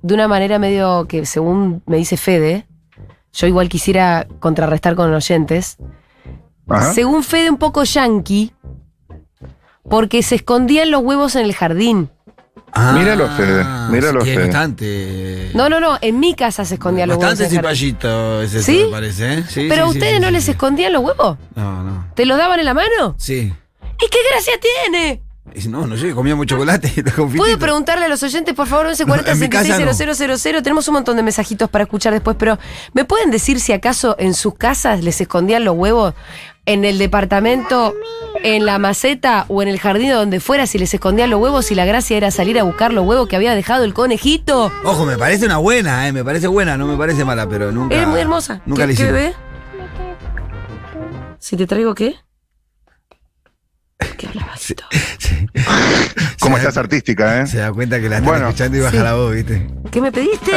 S1: de una manera medio que según me dice Fede, yo igual quisiera contrarrestar con oyentes.
S3: Ajá.
S1: Según Fede un poco yanqui, porque se escondían los huevos en el jardín.
S3: Ah, Míralo, Fede, míralo,
S2: sí, es
S3: Fede.
S2: Ah, Bastante.
S1: No, no, no, en mi casa se escondían los huevos.
S2: Bastante
S1: en el jardín.
S2: cipallito es eso,
S1: ¿Sí?
S2: me parece. ¿eh? Sí,
S1: Pero a
S2: sí, sí,
S1: ustedes
S2: sí,
S1: no
S2: sí,
S1: les
S2: sí.
S1: escondían los huevos,
S2: No, no.
S1: te los daban en la mano.
S2: Sí.
S1: ¿Y qué gracia tiene?
S2: Y si No, no sé, comíamos chocolate. y los confititos.
S1: Ah. ¿Puedo preguntarle a los oyentes, por favor, 11
S2: No, en mi casa
S1: 40 000? Tenemos un montón de mensajitos para escuchar después, pero ¿me pueden decir si acaso en sus casas les escondían los huevos? ¿En el departamento, en la maceta o en el jardín o donde fuera, si les escondían los huevos y la gracia era salir a buscar los huevos que había dejado el conejito?
S2: Ojo, me parece una buena, eh, me parece buena, no me parece mala, pero nunca.
S1: Eres muy hermosa.
S2: Nunca
S1: ¿Qué-
S2: le
S1: ¿Qué
S2: hicimos.
S1: bebé? Si te traigo qué? ¿Qué hablas bajito?
S3: ¿Cómo
S2: Se da-
S3: estás artística, eh?
S2: Se da cuenta que la están
S3: Bueno.
S2: escuchando y baja
S1: Sí.
S2: la voz, ¿viste?
S1: ¿Qué me pediste?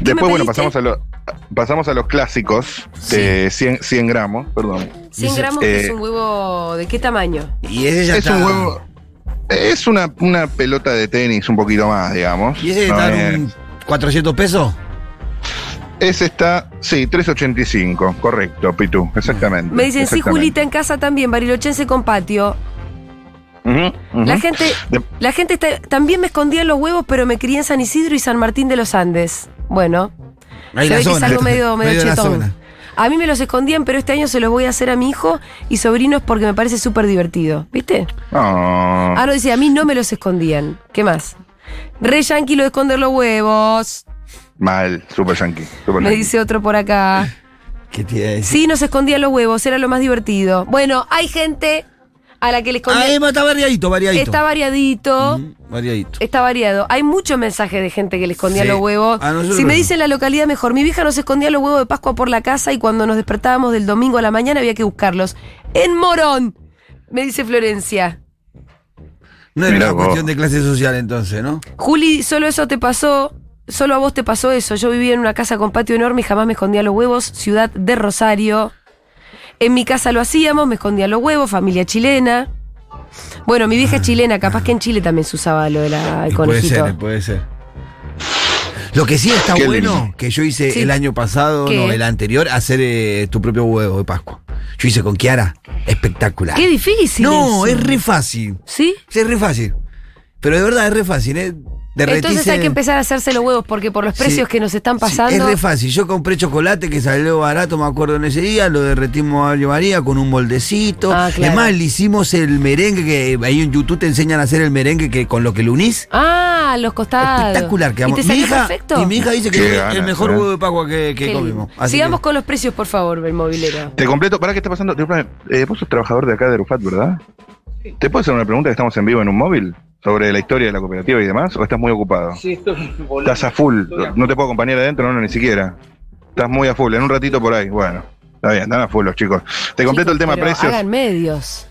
S3: Después,
S1: pediste?
S3: bueno, pasamos a, lo- pasamos a los clásicos de 100, 100 gramos, perdón.
S1: 100
S2: Dice,
S1: gramos que es
S3: eh,
S1: un huevo de qué tamaño?
S2: Y ese ya
S3: es
S2: está-
S3: un huevo. Es una, una pelota de tenis un poquito más, digamos. Eh,
S2: ¿Y ese
S3: No
S2: está
S3: es-
S2: en un 400 pesos?
S3: Ese está, sí, 385, correcto, Pitu, exactamente.
S1: Me dicen, sí,
S3: exactamente.
S1: Julita, en casa también, barilochense con patio.
S3: Ujú, ujú.
S1: La gente,
S3: De-
S1: la gente está- también me escondía los huevos, pero me crié en San Isidro y San Martín de los Andes. Bueno,
S2: Ahí
S1: Se
S2: la
S1: ve que
S2: zona.
S1: es algo medio- medio
S2: la
S1: chetón.
S2: zona.
S1: a mí me los escondían, pero este año se los voy a hacer a mi hijo y sobrinos porque me parece súper divertido. ¿Viste?
S3: No.
S1: Ah, no, dice, a mí no me los escondían. ¿Qué más? Re yanqui lo de esconder los huevos.
S3: Mal, super yankee. super
S1: Me
S3: yankee.
S1: dice otro por acá.
S2: ¿Qué te iba a decir?
S1: Sí, nos escondían los huevos, era lo más divertido. Bueno, hay gente a la que le
S2: Ah,
S1: escondían.
S2: Emma, está variadito, variadito.
S1: Está Eh, variadito.
S2: Mm, variadito.
S1: Está variado. Hay muchos mensajes de gente que le escondía
S2: Sí.
S1: los huevos.
S2: A nosotros
S1: Si me
S2: no.
S1: dicen la localidad, mejor. Mi vieja nos escondía los huevos de Pascua por la casa y cuando nos despertábamos del domingo a la mañana había que buscarlos. En Morón, me dice Florencia.
S2: No es
S3: Mirá
S2: una
S3: vos.
S2: cuestión de clase social entonces, ¿no?
S1: Juli, solo eso te pasó. Solo a vos te pasó eso. Yo vivía en una casa con patio enorme y jamás me escondía los huevos. Ciudad de Rosario. En mi casa lo hacíamos, me escondía los huevos, familia chilena. Bueno, mi vieja es chilena, capaz que en Chile también se usaba lo de la el
S2: Y puede
S1: conejito.
S2: ser, puede ser. Lo que sí está
S3: Qué
S2: bueno,
S3: lindo.
S2: que yo hice
S1: Sí.
S2: el año pasado,
S1: ¿Qué?
S2: no, el anterior, hacer eh, tu propio huevo de Pascua. Yo hice con Kiara, espectacular.
S1: Qué difícil. eso.
S2: no, es re fácil.
S1: ¿Sí?
S2: Sí, es re fácil. Pero de verdad es re fácil, ¿eh? Derretís
S1: Entonces hay
S2: el-
S1: que empezar a hacerse los huevos porque por los
S2: Sí.
S1: precios que nos están
S2: Sí, es
S1: pasando.
S2: re fácil. Yo compré chocolate que salió barato, me acuerdo en ese día. Lo derretimos a María con un moldecito.
S1: Ah, claro.
S2: Además, le hicimos el merengue que eh, ahí en YouTube te enseñan a hacer el merengue que con lo que lo unís.
S1: ah, los costados.
S2: Espectacular,
S1: ¿Y
S2: quedamos.
S1: te
S2: mi
S1: salió
S2: hija,
S1: perfecto?
S2: Y mi hija dice que
S3: Qué
S2: fue el
S3: ganas,
S2: mejor
S3: ¿eh?
S2: huevo de Pascua que, que
S1: Qué lindo.
S2: comimos. Así
S1: Sigamos
S2: que-
S1: con los precios, por favor, del mobilero.
S3: Te completo, ¿para qué está pasando? Disculpame, eh, vos sos trabajador de acá de Rufat, ¿verdad? ¿Te puedo hacer una pregunta que estamos en vivo en un móvil? Sobre la historia de la cooperativa y demás, o estás muy ocupado?
S5: Sí, estoy volando.
S3: Estás a full,
S5: Estoy a
S3: no te puedo acompañar adentro, no, no, ni siquiera. Estás muy a full, en un ratito por ahí, bueno. Está bien, están a full los chicos. Te completo el tema
S1: Pero
S3: precios.
S1: Hagan medios.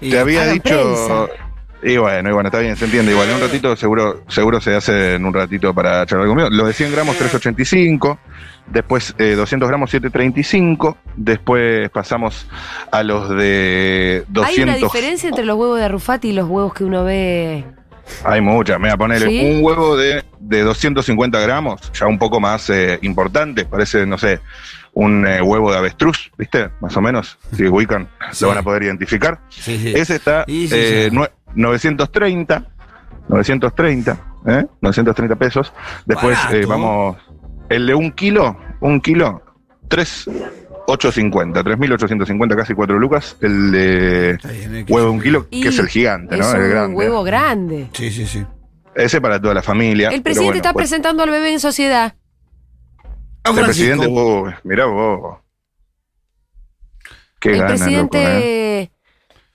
S2: Y-
S3: Te había
S1: hagan
S3: dicho. Y bueno, y bueno, está bien, se entiende. Igual en un ratito seguro, seguro se hace en un ratito para charlar conmigo. Los de 100 gramos 385, después eh, 200 gramos 735, después pasamos a los de 200.
S1: ¿Hay una diferencia entre los huevos de Arrufati y los huevos que uno ve?
S3: Hay muchas, mira, ponele
S1: ¿Sí?
S3: un huevo de, de 250 gramos, ya un poco más eh, importante, parece, no sé, un eh, huevo de avestruz, ¿viste? Más o menos, si ubican,
S2: Sí.
S3: lo van a poder identificar.
S2: Sí, sí.
S3: Ese está
S2: Sí, sí,
S3: eh,
S2: sí.
S3: nue- 930, 930, ¿eh? 930 pesos. Después
S2: Barato.
S3: eh, vamos, el de un kilo, un kilo, 3,850, 3.850, casi 4 lucas. El de
S2: Está bien, eh, que-
S3: huevo de un kilo,
S1: Y
S3: que es el gigante, ¿no?
S1: es
S3: el
S1: un
S3: grande.
S1: huevo grande.
S2: Sí, sí, sí.
S3: Ese para toda la familia.
S1: El
S3: pero
S1: presidente
S3: bueno,
S1: está
S3: pues,
S1: presentando al bebé en sociedad.
S2: Ah,
S3: El
S2: Francisco.
S3: presidente, vos, mirá vos. Qué
S1: el
S3: gana,
S1: presidente.
S3: loco, ¿eh?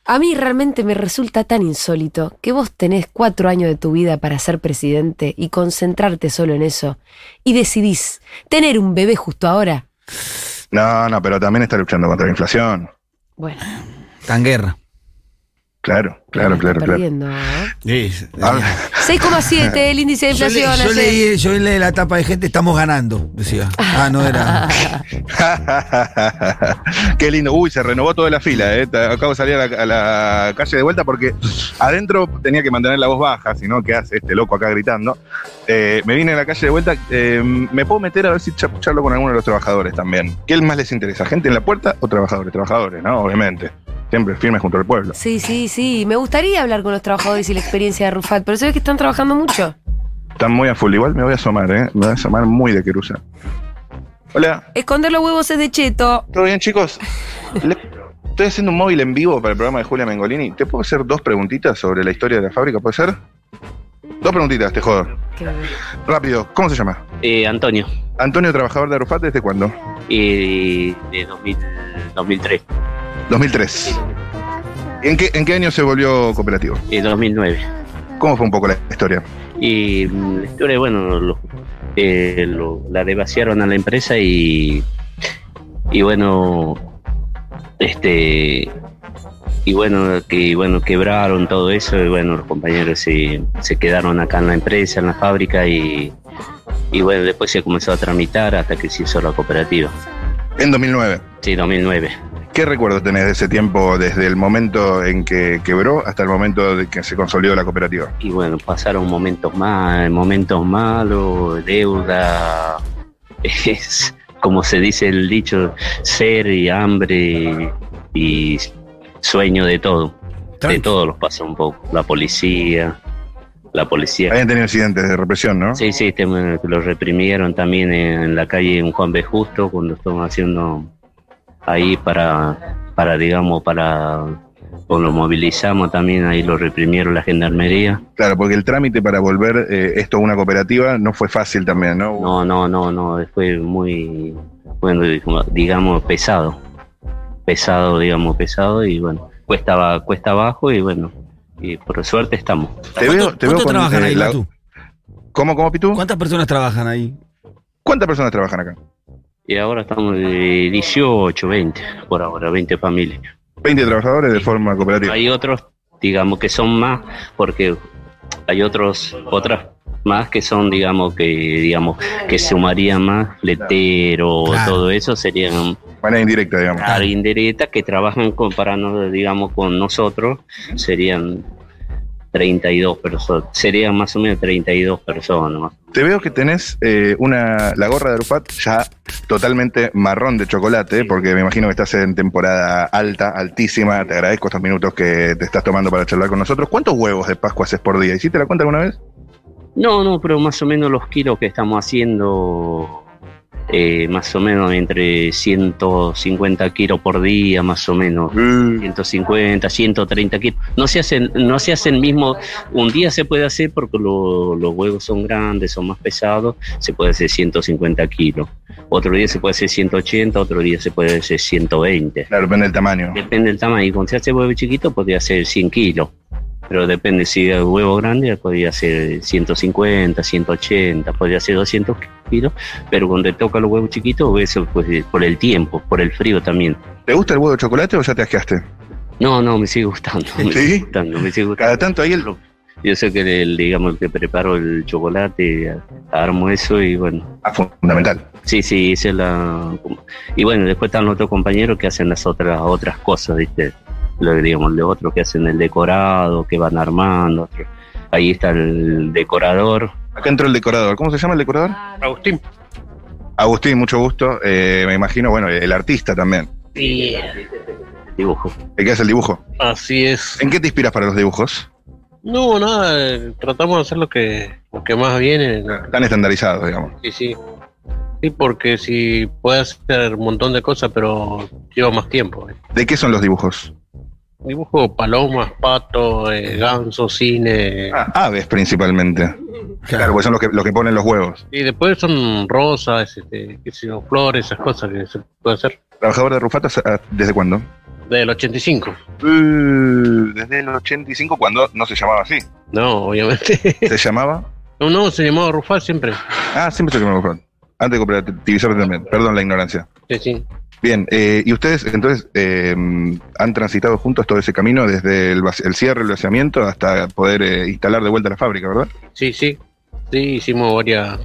S1: A mí realmente me resulta tan insólito que vos tenés cuatro años de tu vida para ser presidente y concentrarte solo en eso y decidís tener un bebé justo ahora.
S3: No, no, pero también está luchando contra la inflación.
S1: Bueno,
S2: Está en guerra.
S3: Claro, claro,
S1: está
S3: claro, claro.
S1: perdiendo, ¿eh?
S2: Sí, sí.
S3: Ah,
S1: 6,7 el índice de
S2: Yo, le-
S1: inflación.
S2: yo
S1: ayer.
S2: leí, yo leí la tapa de gente, estamos ganando, decía. Ah, no era.
S3: Qué lindo. Uy, se renovó toda la fila. ¿eh? Ta- Acabo de salir a la, a la calle de vuelta porque adentro tenía que mantener la voz baja, si no, ¿qué hace este loco acá gritando? Eh, me vine a la calle de vuelta. eh, me puedo meter a ver si cha- charlo con alguno de los trabajadores también. ¿Qué más les interesa? ¿Gente en la puerta o trabajadores? Trabajadores, ¿no? Obviamente. Siempre firmes junto al pueblo.
S1: Sí, sí, sí. Me gustaría hablar con los trabajadores y la experiencia de Rufat, pero sabes que están trabajando mucho.
S3: Están muy a full. Igual me voy a asomar, ¿eh? Me voy a asomar muy de querusa. Hola,
S1: Esconder los huevos es de cheto.
S3: ¿todo bien, chicos? Le- Estoy haciendo un móvil en vivo para el programa de Julia Mengolini. ¿Te puedo hacer dos preguntitas sobre la historia de la fábrica? ¿Puede ser? Dos preguntitas, te jodo.
S1: Qué bebé.
S3: Rápido, ¿cómo se llama?
S8: Eh, Antonio,
S3: Antonio, trabajador de Arufat, ¿desde cuándo?
S8: eh, de 2000, 2003,
S3: 2003. ¿En qué, ¿En qué año se volvió cooperativo?
S8: eh, 2009.
S3: ¿Cómo fue un poco la historia?
S8: Y mm, la historia, bueno, lo- eh, lo- la devaciaron a la empresa y, y bueno, Este, y bueno, que bueno, quebraron todo eso, y bueno, los compañeros se, se quedaron acá en la empresa, en la fábrica, y, y bueno, después se comenzó a tramitar hasta que se hizo la cooperativa.
S3: En 2009.
S8: Sí, 2009.
S3: ¿Qué recuerdo tenés de ese tiempo desde el momento en que quebró hasta el momento de que se consolidó la cooperativa?
S8: y bueno, pasaron momentos mal, momentos malos, deuda, es como se dice el dicho, ser y hambre y sueño de todo, de
S2: Tranqui.
S8: todo los pasa un poco, la policía, la policía.
S3: Habían tenido incidentes de represión, ¿no?
S8: Sí, sí, te- lo reprimieron también en, en la calle en Juan B. Justo cuando estaban haciendo ahí para, para digamos, para, cuando lo movilizamos también, ahí lo reprimieron la gendarmería.
S3: Claro, porque el trámite para volver eh, esto a una cooperativa no fue fácil también, ¿no?
S8: No, no, no, no, fue muy, bueno, digamos, pesado. Pesado, digamos, pesado y bueno, cuesta, ba- cuesta abajo y bueno, y por suerte estamos.
S3: Te veo, te veo
S2: ¿Cuántos
S3: con,
S2: trabajan
S3: eh,
S2: ahí,
S3: la-
S2: Latu?
S3: ¿Cómo, cómo, Pitu?
S2: ¿Cuántas personas trabajan ahí?
S3: ¿Cuántas personas trabajan acá?
S8: Y ahora estamos de 18, 20, por ahora, 20 familias.
S3: 20 trabajadores de forma cooperativa.
S8: Hay otros, digamos, que son más, porque hay otros, otras más que son, digamos, que digamos que sumarían más, fletero,
S2: Claro.
S8: todo eso serían
S3: Manera indirecta, digamos.
S2: Ah.
S8: Claro, indirectas que trabajan con, para nos- digamos, con nosotros serían 32 personas, serían más o menos 32 personas. más.
S3: Te veo que tenés eh, una, la gorra de Arufat ya totalmente marrón de chocolate, porque me imagino que estás en temporada alta, altísima. Te agradezco estos minutos que te estás tomando para charlar con nosotros. ¿Cuántos huevos de Pascua haces por día? ¿Hiciste la cuenta alguna vez?
S8: No, no, pero más o menos los kilos que estamos haciendo, eh, más o menos entre 150 kilos por día, más o menos.
S2: Mm.
S8: 150, 130 kilos. No se hacen, no se hacen mismo. Un día se puede hacer porque lo- los huevos son grandes, son más pesados. Se puede hacer 150 kilos. Otro día se puede hacer 180, otro día se puede hacer 120.
S3: Claro, depende del tamaño.
S8: Depende del tamaño. Cuando se hace huevo chiquito, podría ser 100 kilos. Pero depende si es huevo grande, podría ser 150, 180, podría ser 200 kilos. Pero cuando te toca los huevos chiquitos, eso pues, por el tiempo, por el frío también.
S3: ¿Te gusta el huevo de chocolate o ya te asqueaste?
S8: No, no, me sigue gustando. Me
S3: ¿Sí?
S8: sigue gustando, me sigue
S3: Cada
S8: gustando.
S3: tanto ahí el,
S8: Yo sé que el, digamos, el que preparo el chocolate, armo eso y bueno.
S3: ah, fundamental.
S8: Sí, sí, hice la. Y bueno, después están los otros compañeros que hacen las otras otras cosas, ¿viste? Lo, digamos, los otros que hacen el decorado, que van armando. otros. Ahí está el decorador.
S3: Acá entró el decorador. ¿Cómo se llama el decorador?
S2: Ah,
S5: Agustín.
S3: Agustín, mucho gusto. Eh, me imagino, bueno, el artista también.
S9: Y
S8: Dibujo.
S3: El que hace el dibujo.
S9: así es.
S3: ¿En qué te inspiras para los dibujos?
S9: No, nada, eh, tratamos de hacer lo que, lo que más viene.
S3: Tan estandarizados, digamos.
S9: Sí, sí. Sí, porque si puedes hacer un montón de cosas, pero lleva más tiempo. eh.
S3: ¿De qué son los dibujos?
S9: Dibujo palomas, patos, eh, gansos, cine.
S3: Ah, aves principalmente. Claro, porque son los que, los que ponen los huevos.
S9: Y después son rosas, este, qué sé yo, flores, esas cosas que se puede hacer.
S3: ¿Trabajador de rufatas ah, desde cuándo?
S9: Del 85.
S3: Uh, desde el 85, cuando no se llamaba así.
S9: No, obviamente.
S3: ¿Se llamaba?
S9: No, no, se llamaba Rufal siempre.
S3: Ah, siempre se llamaba Rufat. Antes de cooperativizar también. Perdón la ignorancia.
S9: Sí, sí.
S3: Bien, eh, ¿y ustedes entonces eh, han transitado juntos todo ese camino desde el, vaci- el cierre, el vaciamiento, hasta poder eh, instalar de vuelta la fábrica, verdad?
S9: Sí, sí. Sí, hicimos varias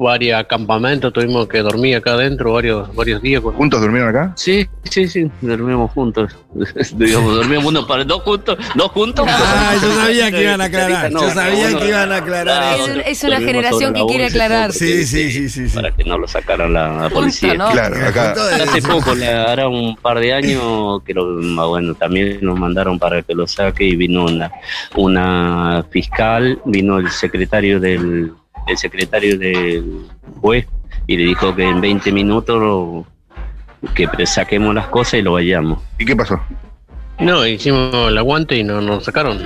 S9: varios campamentos, tuvimos que dormir acá adentro varios varios días. con-
S3: ¿Juntos durmieron acá?
S8: Sí, sí, sí, dormimos juntos. digamos, dormimos uno para dos juntos, dos juntos.
S2: Ah, yo sabía que iban a aclarar.
S8: No,
S2: Yo sabía
S8: uno-
S2: que iban a aclarar
S1: Es
S2: eso.
S1: un- es una
S8: Dormimos
S1: generación
S8: sobre la
S1: que quiere
S8: bolsa,
S1: aclarar.
S8: ¿no?
S2: Sí, sí, sí, sí. sí.
S8: Para que no lo sacaran la, la
S1: Punto,
S8: policía.
S1: ¿no?
S3: Claro, acá.
S8: Hace poco, le- ahora un par de años, que lo, ah, bueno, también nos mandaron para que lo saque y vino una, una fiscal, vino el secretario del el secretario del juez y le dijo que en 20 minutos lo- que pre- saquemos las cosas y lo vayamos.
S3: ¿Y qué pasó?
S9: No, hicimos el aguante y no nos sacaron.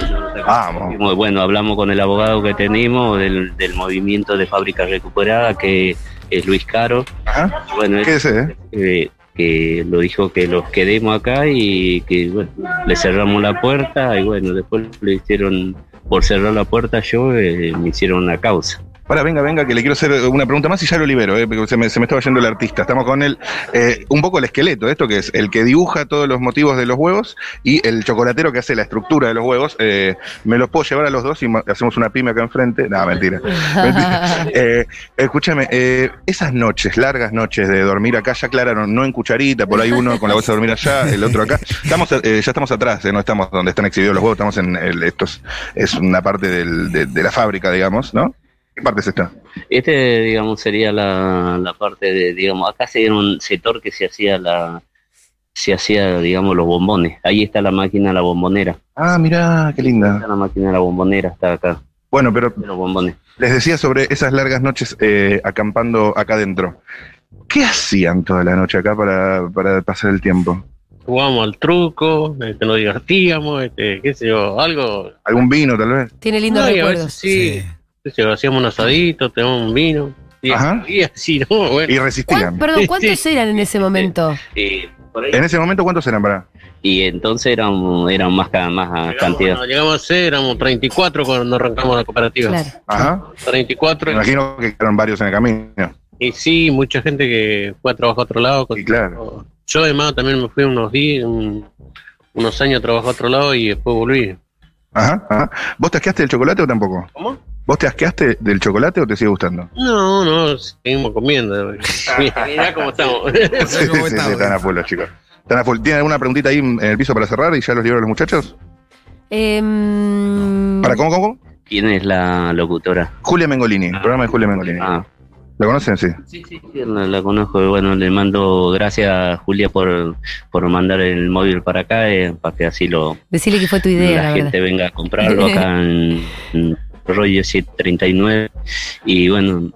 S2: Ah,
S3: Vamos.
S8: Dijimos, Bueno, hablamos con el abogado que tenemos del, del movimiento de fábrica recuperada, que es Luis Caro.
S3: Ajá.
S8: Bueno, él-
S3: ¿Qué es, eh?
S8: eh, que lo dijo que los quedemos acá y que bueno, le cerramos la puerta y bueno, después le hicieron, por cerrar la puerta yo, eh, me hicieron una causa.
S3: Ahora, venga, venga, que le quiero hacer una pregunta más y ya lo libero, eh, porque se me, se me estaba yendo el artista. Estamos con él. eh, un poco el esqueleto, esto que es el que dibuja todos los motivos de los huevos y el chocolatero que hace la estructura de los huevos. eh, me los puedo llevar a los dos y ma- hacemos una pyme acá enfrente. No, mentira. Mentira. Eh, escúchame, eh, esas noches, largas noches de dormir acá, ya aclararon, no en cucharita, por ahí uno con la bolsa de dormir allá, el otro acá. Estamos, eh, ya estamos atrás, eh, no estamos donde están exhibidos los huevos, estamos en el, esto es, es una parte del- de, de la fábrica, digamos, ¿no? ¿Qué parte es esta?
S8: Este, digamos, sería la, la parte de, digamos, acá se era un sector que se hacía la, se hacía, digamos, los bombones. Ahí está la máquina, la bombonera.
S3: Ah, mirá, qué linda.
S8: Está la máquina, la bombonera, está acá,
S3: Bueno, pero
S8: de los bombones.
S3: Les decía sobre esas largas noches eh, acampando acá adentro. ¿Qué hacían toda la noche acá para, para pasar el tiempo?
S9: Jugábamos al truco, este, nos divertíamos, este, qué sé yo, algo.
S3: ¿Algún vino, tal vez?
S1: Tiene lindos
S9: No, y a veces
S1: recuerdos.
S9: sí, qué sé yo, hacíamos un asadito, teníamos un vino. Y
S3: Ajá.
S9: así, así, ¿no? Bueno,
S3: Y
S1: ¿Cuán-
S3: resistían.
S1: perdón, ¿cuántos eran en ese momento?
S8: Eh, por ahí.
S3: En ese momento, ¿cuántos eran para?
S8: Y entonces eran, eran más, ca- más
S9: llegamos,
S8: cantidad.
S9: cuando llegamos a ser, éramos 34 cuando arrancamos la cooperativa.
S1: Claro.
S3: Ajá.
S9: 34.
S3: Me imagino que quedaron varios en el camino.
S9: Y sí, mucha gente que fue a trabajar a otro lado.
S3: Y claro.
S9: Yo además también me fui unos días, un- unos años a trabajar a otro lado y después volví.
S3: Ajá, ajá. ¿Vos te asqueaste del chocolate o tampoco?
S9: ¿Cómo?
S3: ¿Vos te asqueaste del chocolate o te sigue gustando?
S9: No, no, seguimos comiendo. Mirá, mirá cómo estamos.
S3: Sí, sí, sí, están a full los chicos. Están a full. ¿Tienen alguna preguntita ahí en el piso para cerrar y ya los libro a los muchachos?
S1: Em,
S3: ¿Para cómo, cómo, cómo?
S8: ¿Quién es la locutora?
S3: Julia Mengolini, el programa de Julia Mengolini.
S8: Ah,
S3: ¿Lo conocen? Sí.
S8: sí, sí, sí, la, la conozco. Bueno, le mando gracias a Julia por, por mandar el móvil para acá, eh, para que así lo,
S1: Decirle que fue tu idea, la,
S8: la
S1: verdad.
S8: gente venga a comprarlo acá en, en Rollo 739. Y bueno,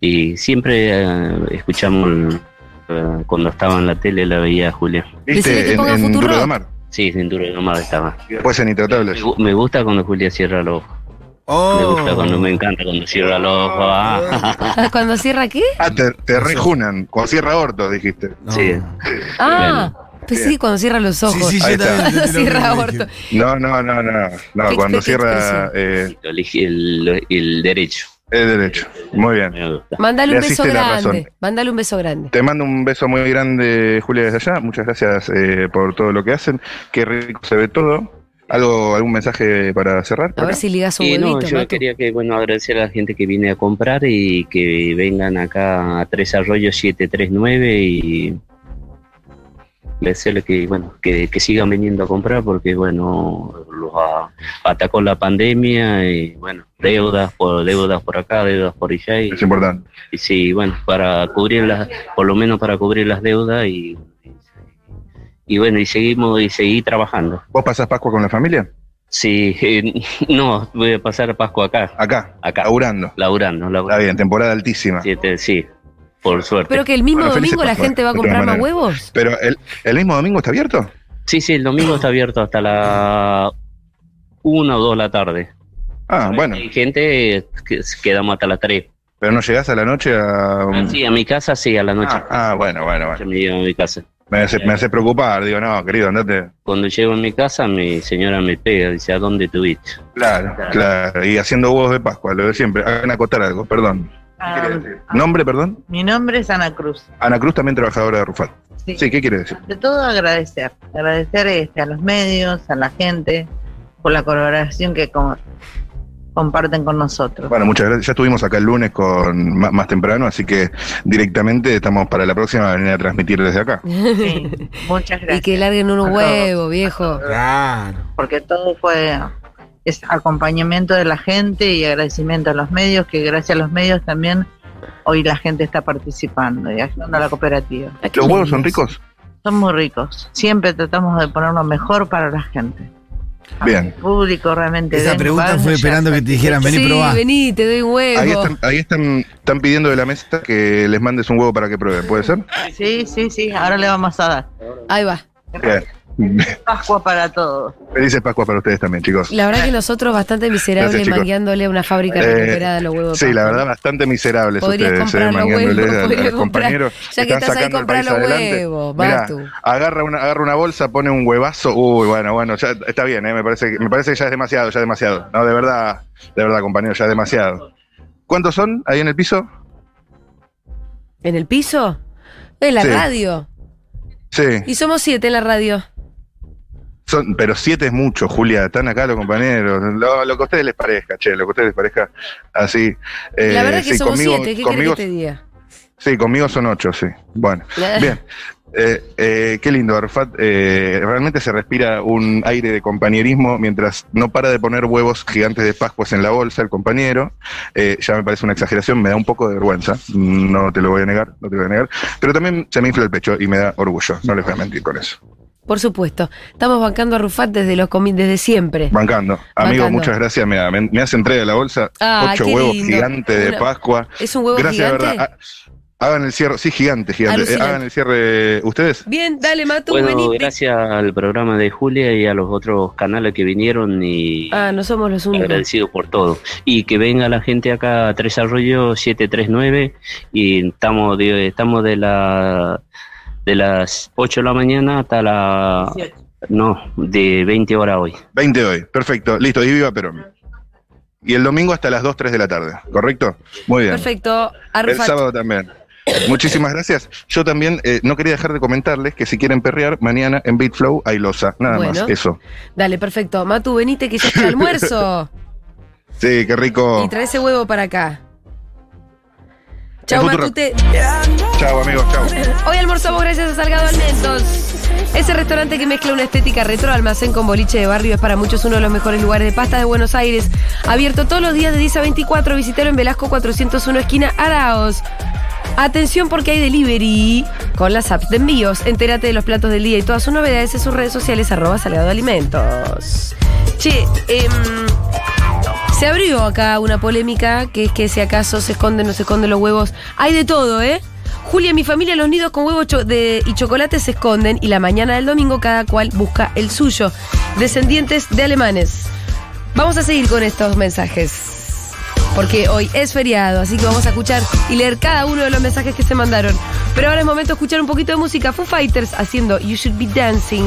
S8: y siempre eh, escuchamos el- eh, cuando estaba en la tele, la veía a Julia.
S1: Decile que
S3: ¿Viste? En,
S1: ponga
S3: en
S1: Futurock.
S3: Duro de Mar.
S8: Sí, sin duda no más estaba.
S3: Y Después en
S8: Me,
S3: Intratables.
S8: gu- me gusta cuando Julia cierra los ojos. Me
S3: Oh.
S8: gusta
S2: Oh.
S8: cuando me encanta cuando cierra los ojos. Ah,
S1: Ah, ¿Cuando cierra qué?
S3: Ah, te, te rejunan, con Sierra Horto, dijiste.
S2: No.
S8: sí.
S1: Ah, pues sí, cuando cierra los
S2: Sí,
S1: ojos.
S2: sí,
S3: Ahí
S2: yo
S3: está.
S2: también.
S1: Cuando
S2: entendí lo que
S1: cierra
S2: me
S1: aborto.
S2: dijiste.
S3: No, no, no, no. No,
S1: Qué
S3: cuando
S1: expresión.
S3: cierra eh,
S8: Lo elige el, el derecho.
S3: es derecho. Muy bien.
S8: Me gusta.
S1: Mándale
S3: Le
S1: un beso
S3: asiste la
S1: grande.
S3: razón.
S1: Mándale un beso grande.
S3: Te mando un beso muy grande, Julia, desde allá. Muchas gracias eh, por todo lo que hacen. Qué rico se ve todo. ¿Algo, ¿Algún mensaje para cerrar? por
S1: A ver
S3: acá?
S1: si ligas un
S8: Y Eh, no,
S1: huevito,
S8: yo
S1: Matu.
S8: quería que, bueno, agradecer a la gente que viene a comprar y que vengan acá a Tres Arroyos 739 y agradecerles que, bueno, que, que sigan viniendo a comprar porque, bueno, los a- atacó la pandemia y, bueno, deudas por deudas por acá, deudas por allá y,
S3: Es importante.
S8: y sí, bueno, para cubrir las, por lo menos para cubrir las deudas y, y bueno, y seguimos y seguir trabajando.
S3: ¿Vos pasás Pascua con la familia?
S8: Sí, eh, no, voy a pasar Pascua acá.
S3: Acá,
S8: Acá.
S3: laburando.
S8: Laburando,
S3: Está
S8: laburando.
S3: bien, temporada altísima.
S8: Sí, te- sí, por suerte.
S1: Pero que el mismo
S3: Bueno, felices
S1: domingo la
S3: Pascuas,
S1: gente va a
S3: de
S1: comprar
S3: todas
S1: más
S3: maneras.
S1: huevos.
S3: Pero el, el mismo domingo está abierto.
S8: Sí, sí, el domingo está abierto hasta la una o dos de la tarde.
S3: Ah, bueno.
S8: Hay gente que s- quedamos hasta las 3.
S3: Pero no llegás a la noche a. un-
S8: Ah, sí, a mi casa sí, a la noche.
S3: Um, Ah, ah, bueno, bueno,
S8: Yo
S3: bueno.
S8: me llevo a mi casa.
S3: Me hace, me hace preocupar. Digo, no, querido, andate.
S8: Cuando llego a mi casa, mi señora me pega, dice, ¿a dónde tuviste?
S3: Claro, claro. Y haciendo huevos de Pascua, lo de siempre. Hagan acotar algo, perdón.
S7: Ah,
S3: ¿Qué quiere decir? ¿Nombre, perdón?
S7: mi nombre es Ana Cruz.
S3: Ana Cruz, también trabajadora de Rufat. Sí, ¿qué quiere decir?
S7: De todo agradecer, agradecer este, a los medios, a la gente, por la colaboración que co- comparten con nosotros.
S3: Bueno, muchas gracias. Ya estuvimos acá el lunes con ma- más, temprano, así que directamente estamos para la próxima a venir a transmitir desde acá.
S7: Sí, muchas gracias.
S1: Y que larguen unos
S7: A todos.
S1: huevos, viejo.
S2: Claro.
S7: porque todo fue es acompañamiento de la gente y agradecimiento a los medios, que gracias a los medios también hoy la gente está participando y ayudando a la cooperativa.
S1: Ah, qué
S3: ¿Los huevos son
S1: lindos.
S3: ricos?
S7: Son muy ricos, siempre tratamos de poner lo mejor para la gente.
S3: Bien.
S7: El público realmente...
S2: Esa
S7: ven,
S2: pregunta
S7: vayan,
S2: fue esperando que te dijeran, vení,
S1: sí,
S2: probá.
S1: vení, te doy un
S3: Ahí
S1: huevo.
S3: están, ahí están, están pidiendo de la mesa que les mandes un huevo para que prueben, ¿puede ser?
S7: Sí, sí, sí, ahora le vamos a dar.
S1: Ahí va.
S3: Bien.
S7: Pascua para todos.
S3: Felices Pascua para ustedes también, chicos.
S1: La verdad que nosotros bastante miserables
S3: Gracias, chicos.
S1: mangueándole a una fábrica
S3: Eh,
S1: recuperada los huevos.
S3: Sí,
S1: Pascua.
S3: la verdad, bastante miserables
S1: Podrías
S3: ustedes,
S1: comprar los
S3: mangueándoles
S1: huevos,
S3: al- al
S1: podrías comprar.
S3: compañero.
S1: Ya que
S3: Están
S1: estás ahí,
S3: sacando el
S1: comprar
S3: país
S1: los
S3: adelante.
S1: huevos.
S3: Mirá,
S1: Vas tú.
S3: agarra una, agarra una bolsa, pone un huevazo. Uy, bueno, bueno, ya está bien, eh, me, parece, que- me parece que ya es demasiado, ya es demasiado. No, de verdad, de verdad, compañero, ya es demasiado. ¿Cuántos son ahí en el piso?
S1: ¿En el piso? En la
S3: Sí.
S1: radio.
S3: Sí.
S1: Y somos siete en la radio.
S3: Son, pero siete es mucho, Julia. Están acá los compañeros. Lo, lo que a ustedes les parezca, che, lo que a ustedes les parezca así. Eh,
S1: la verdad es que
S3: sí,
S1: somos
S3: conmigo-
S1: siete. ¿Qué
S3: conmigo-
S1: querés que te diga?
S3: Sí, conmigo son ocho, sí. Bueno, bien. Eh, eh, qué lindo, Arfat. Eh, realmente se respira un aire de compañerismo mientras no para de poner huevos gigantes de Pascuas en la bolsa el compañero. Eh, ya me parece una exageración, me da un poco de vergüenza. No te lo voy a negar, no te lo voy a negar. Pero también se me infla el pecho y me da orgullo. No les voy a mentir con eso.
S1: Por supuesto. Estamos bancando a Rufat desde, los comi- desde siempre.
S3: Bancando. Amigo,
S1: Bancando.
S3: muchas gracias. Me, me, me hace entrega de la bolsa.
S1: Ah,
S3: ocho
S1: qué
S3: huevos
S1: lindo.
S3: gigantes de
S1: Una-
S3: Pascua.
S1: ¿Es un huevo
S3: gracias, de
S1: gigante?
S3: verdad. Ah. Ha- Hagan el cierre. Sí, gigante, gigante. Eh,
S1: Alucinante.
S3: hagan el cierre eh, ustedes.
S1: Bien, dale, Matu,
S8: Bueno,
S1: venite.
S8: gracias al programa de Julia y a los otros canales que vinieron y
S1: Ah, no somos los únicos.
S8: agradecido por todo. Y que venga la gente acá a Tres Arroyos 739 y estamos de, estamos de la de las 8 de la mañana hasta la no, de 20 horas hoy.
S3: 20 hoy. Perfecto. Listo. Y viva Perón. Y el domingo hasta las 2, 3 de la tarde. ¿Correcto? Muy bien.
S1: Perfecto.
S3: El
S1: Arrufat.
S3: sábado también. Muchísimas gracias. Yo también eh, no quería dejar de comentarles que si quieren perrear, mañana en BeatFlow hay losa. Nada
S1: Bueno.
S3: más. Eso.
S1: Dale, perfecto. Matu, venite que ya está el almuerzo.
S3: Sí, qué rico.
S1: Y trae ese huevo para acá. Chau,
S3: futuro.
S1: Matute.
S3: Chao, amigos. Chao.
S1: Hoy almorzamos gracias a Salgado Almentos. Ese restaurante que mezcla una estética retro, almacén con boliche de barrio, es para muchos uno de los mejores lugares de pasta de Buenos Aires. Abierto todos los días de 10 a 24, visitero en Velasco 401, esquina Araos. Atención porque hay delivery con las apps de envíos. Entérate de los platos del día y todas sus novedades en sus redes sociales, arroba Salgado Alimentos. Che, em, se abrió acá una polémica, que es que si acaso se esconden o no se esconden los huevos. Hay de todo, ¿eh? Julia, en mi familia los nidos con huevos cho- de- y chocolate se esconden y la mañana del domingo cada cual busca el suyo. Descendientes de alemanes. Vamos a seguir con estos mensajes. Porque hoy es feriado, así que vamos a escuchar y leer cada uno de los mensajes que se mandaron. Pero ahora es momento de escuchar un poquito de música. Foo Fighters haciendo You Should Be Dancing.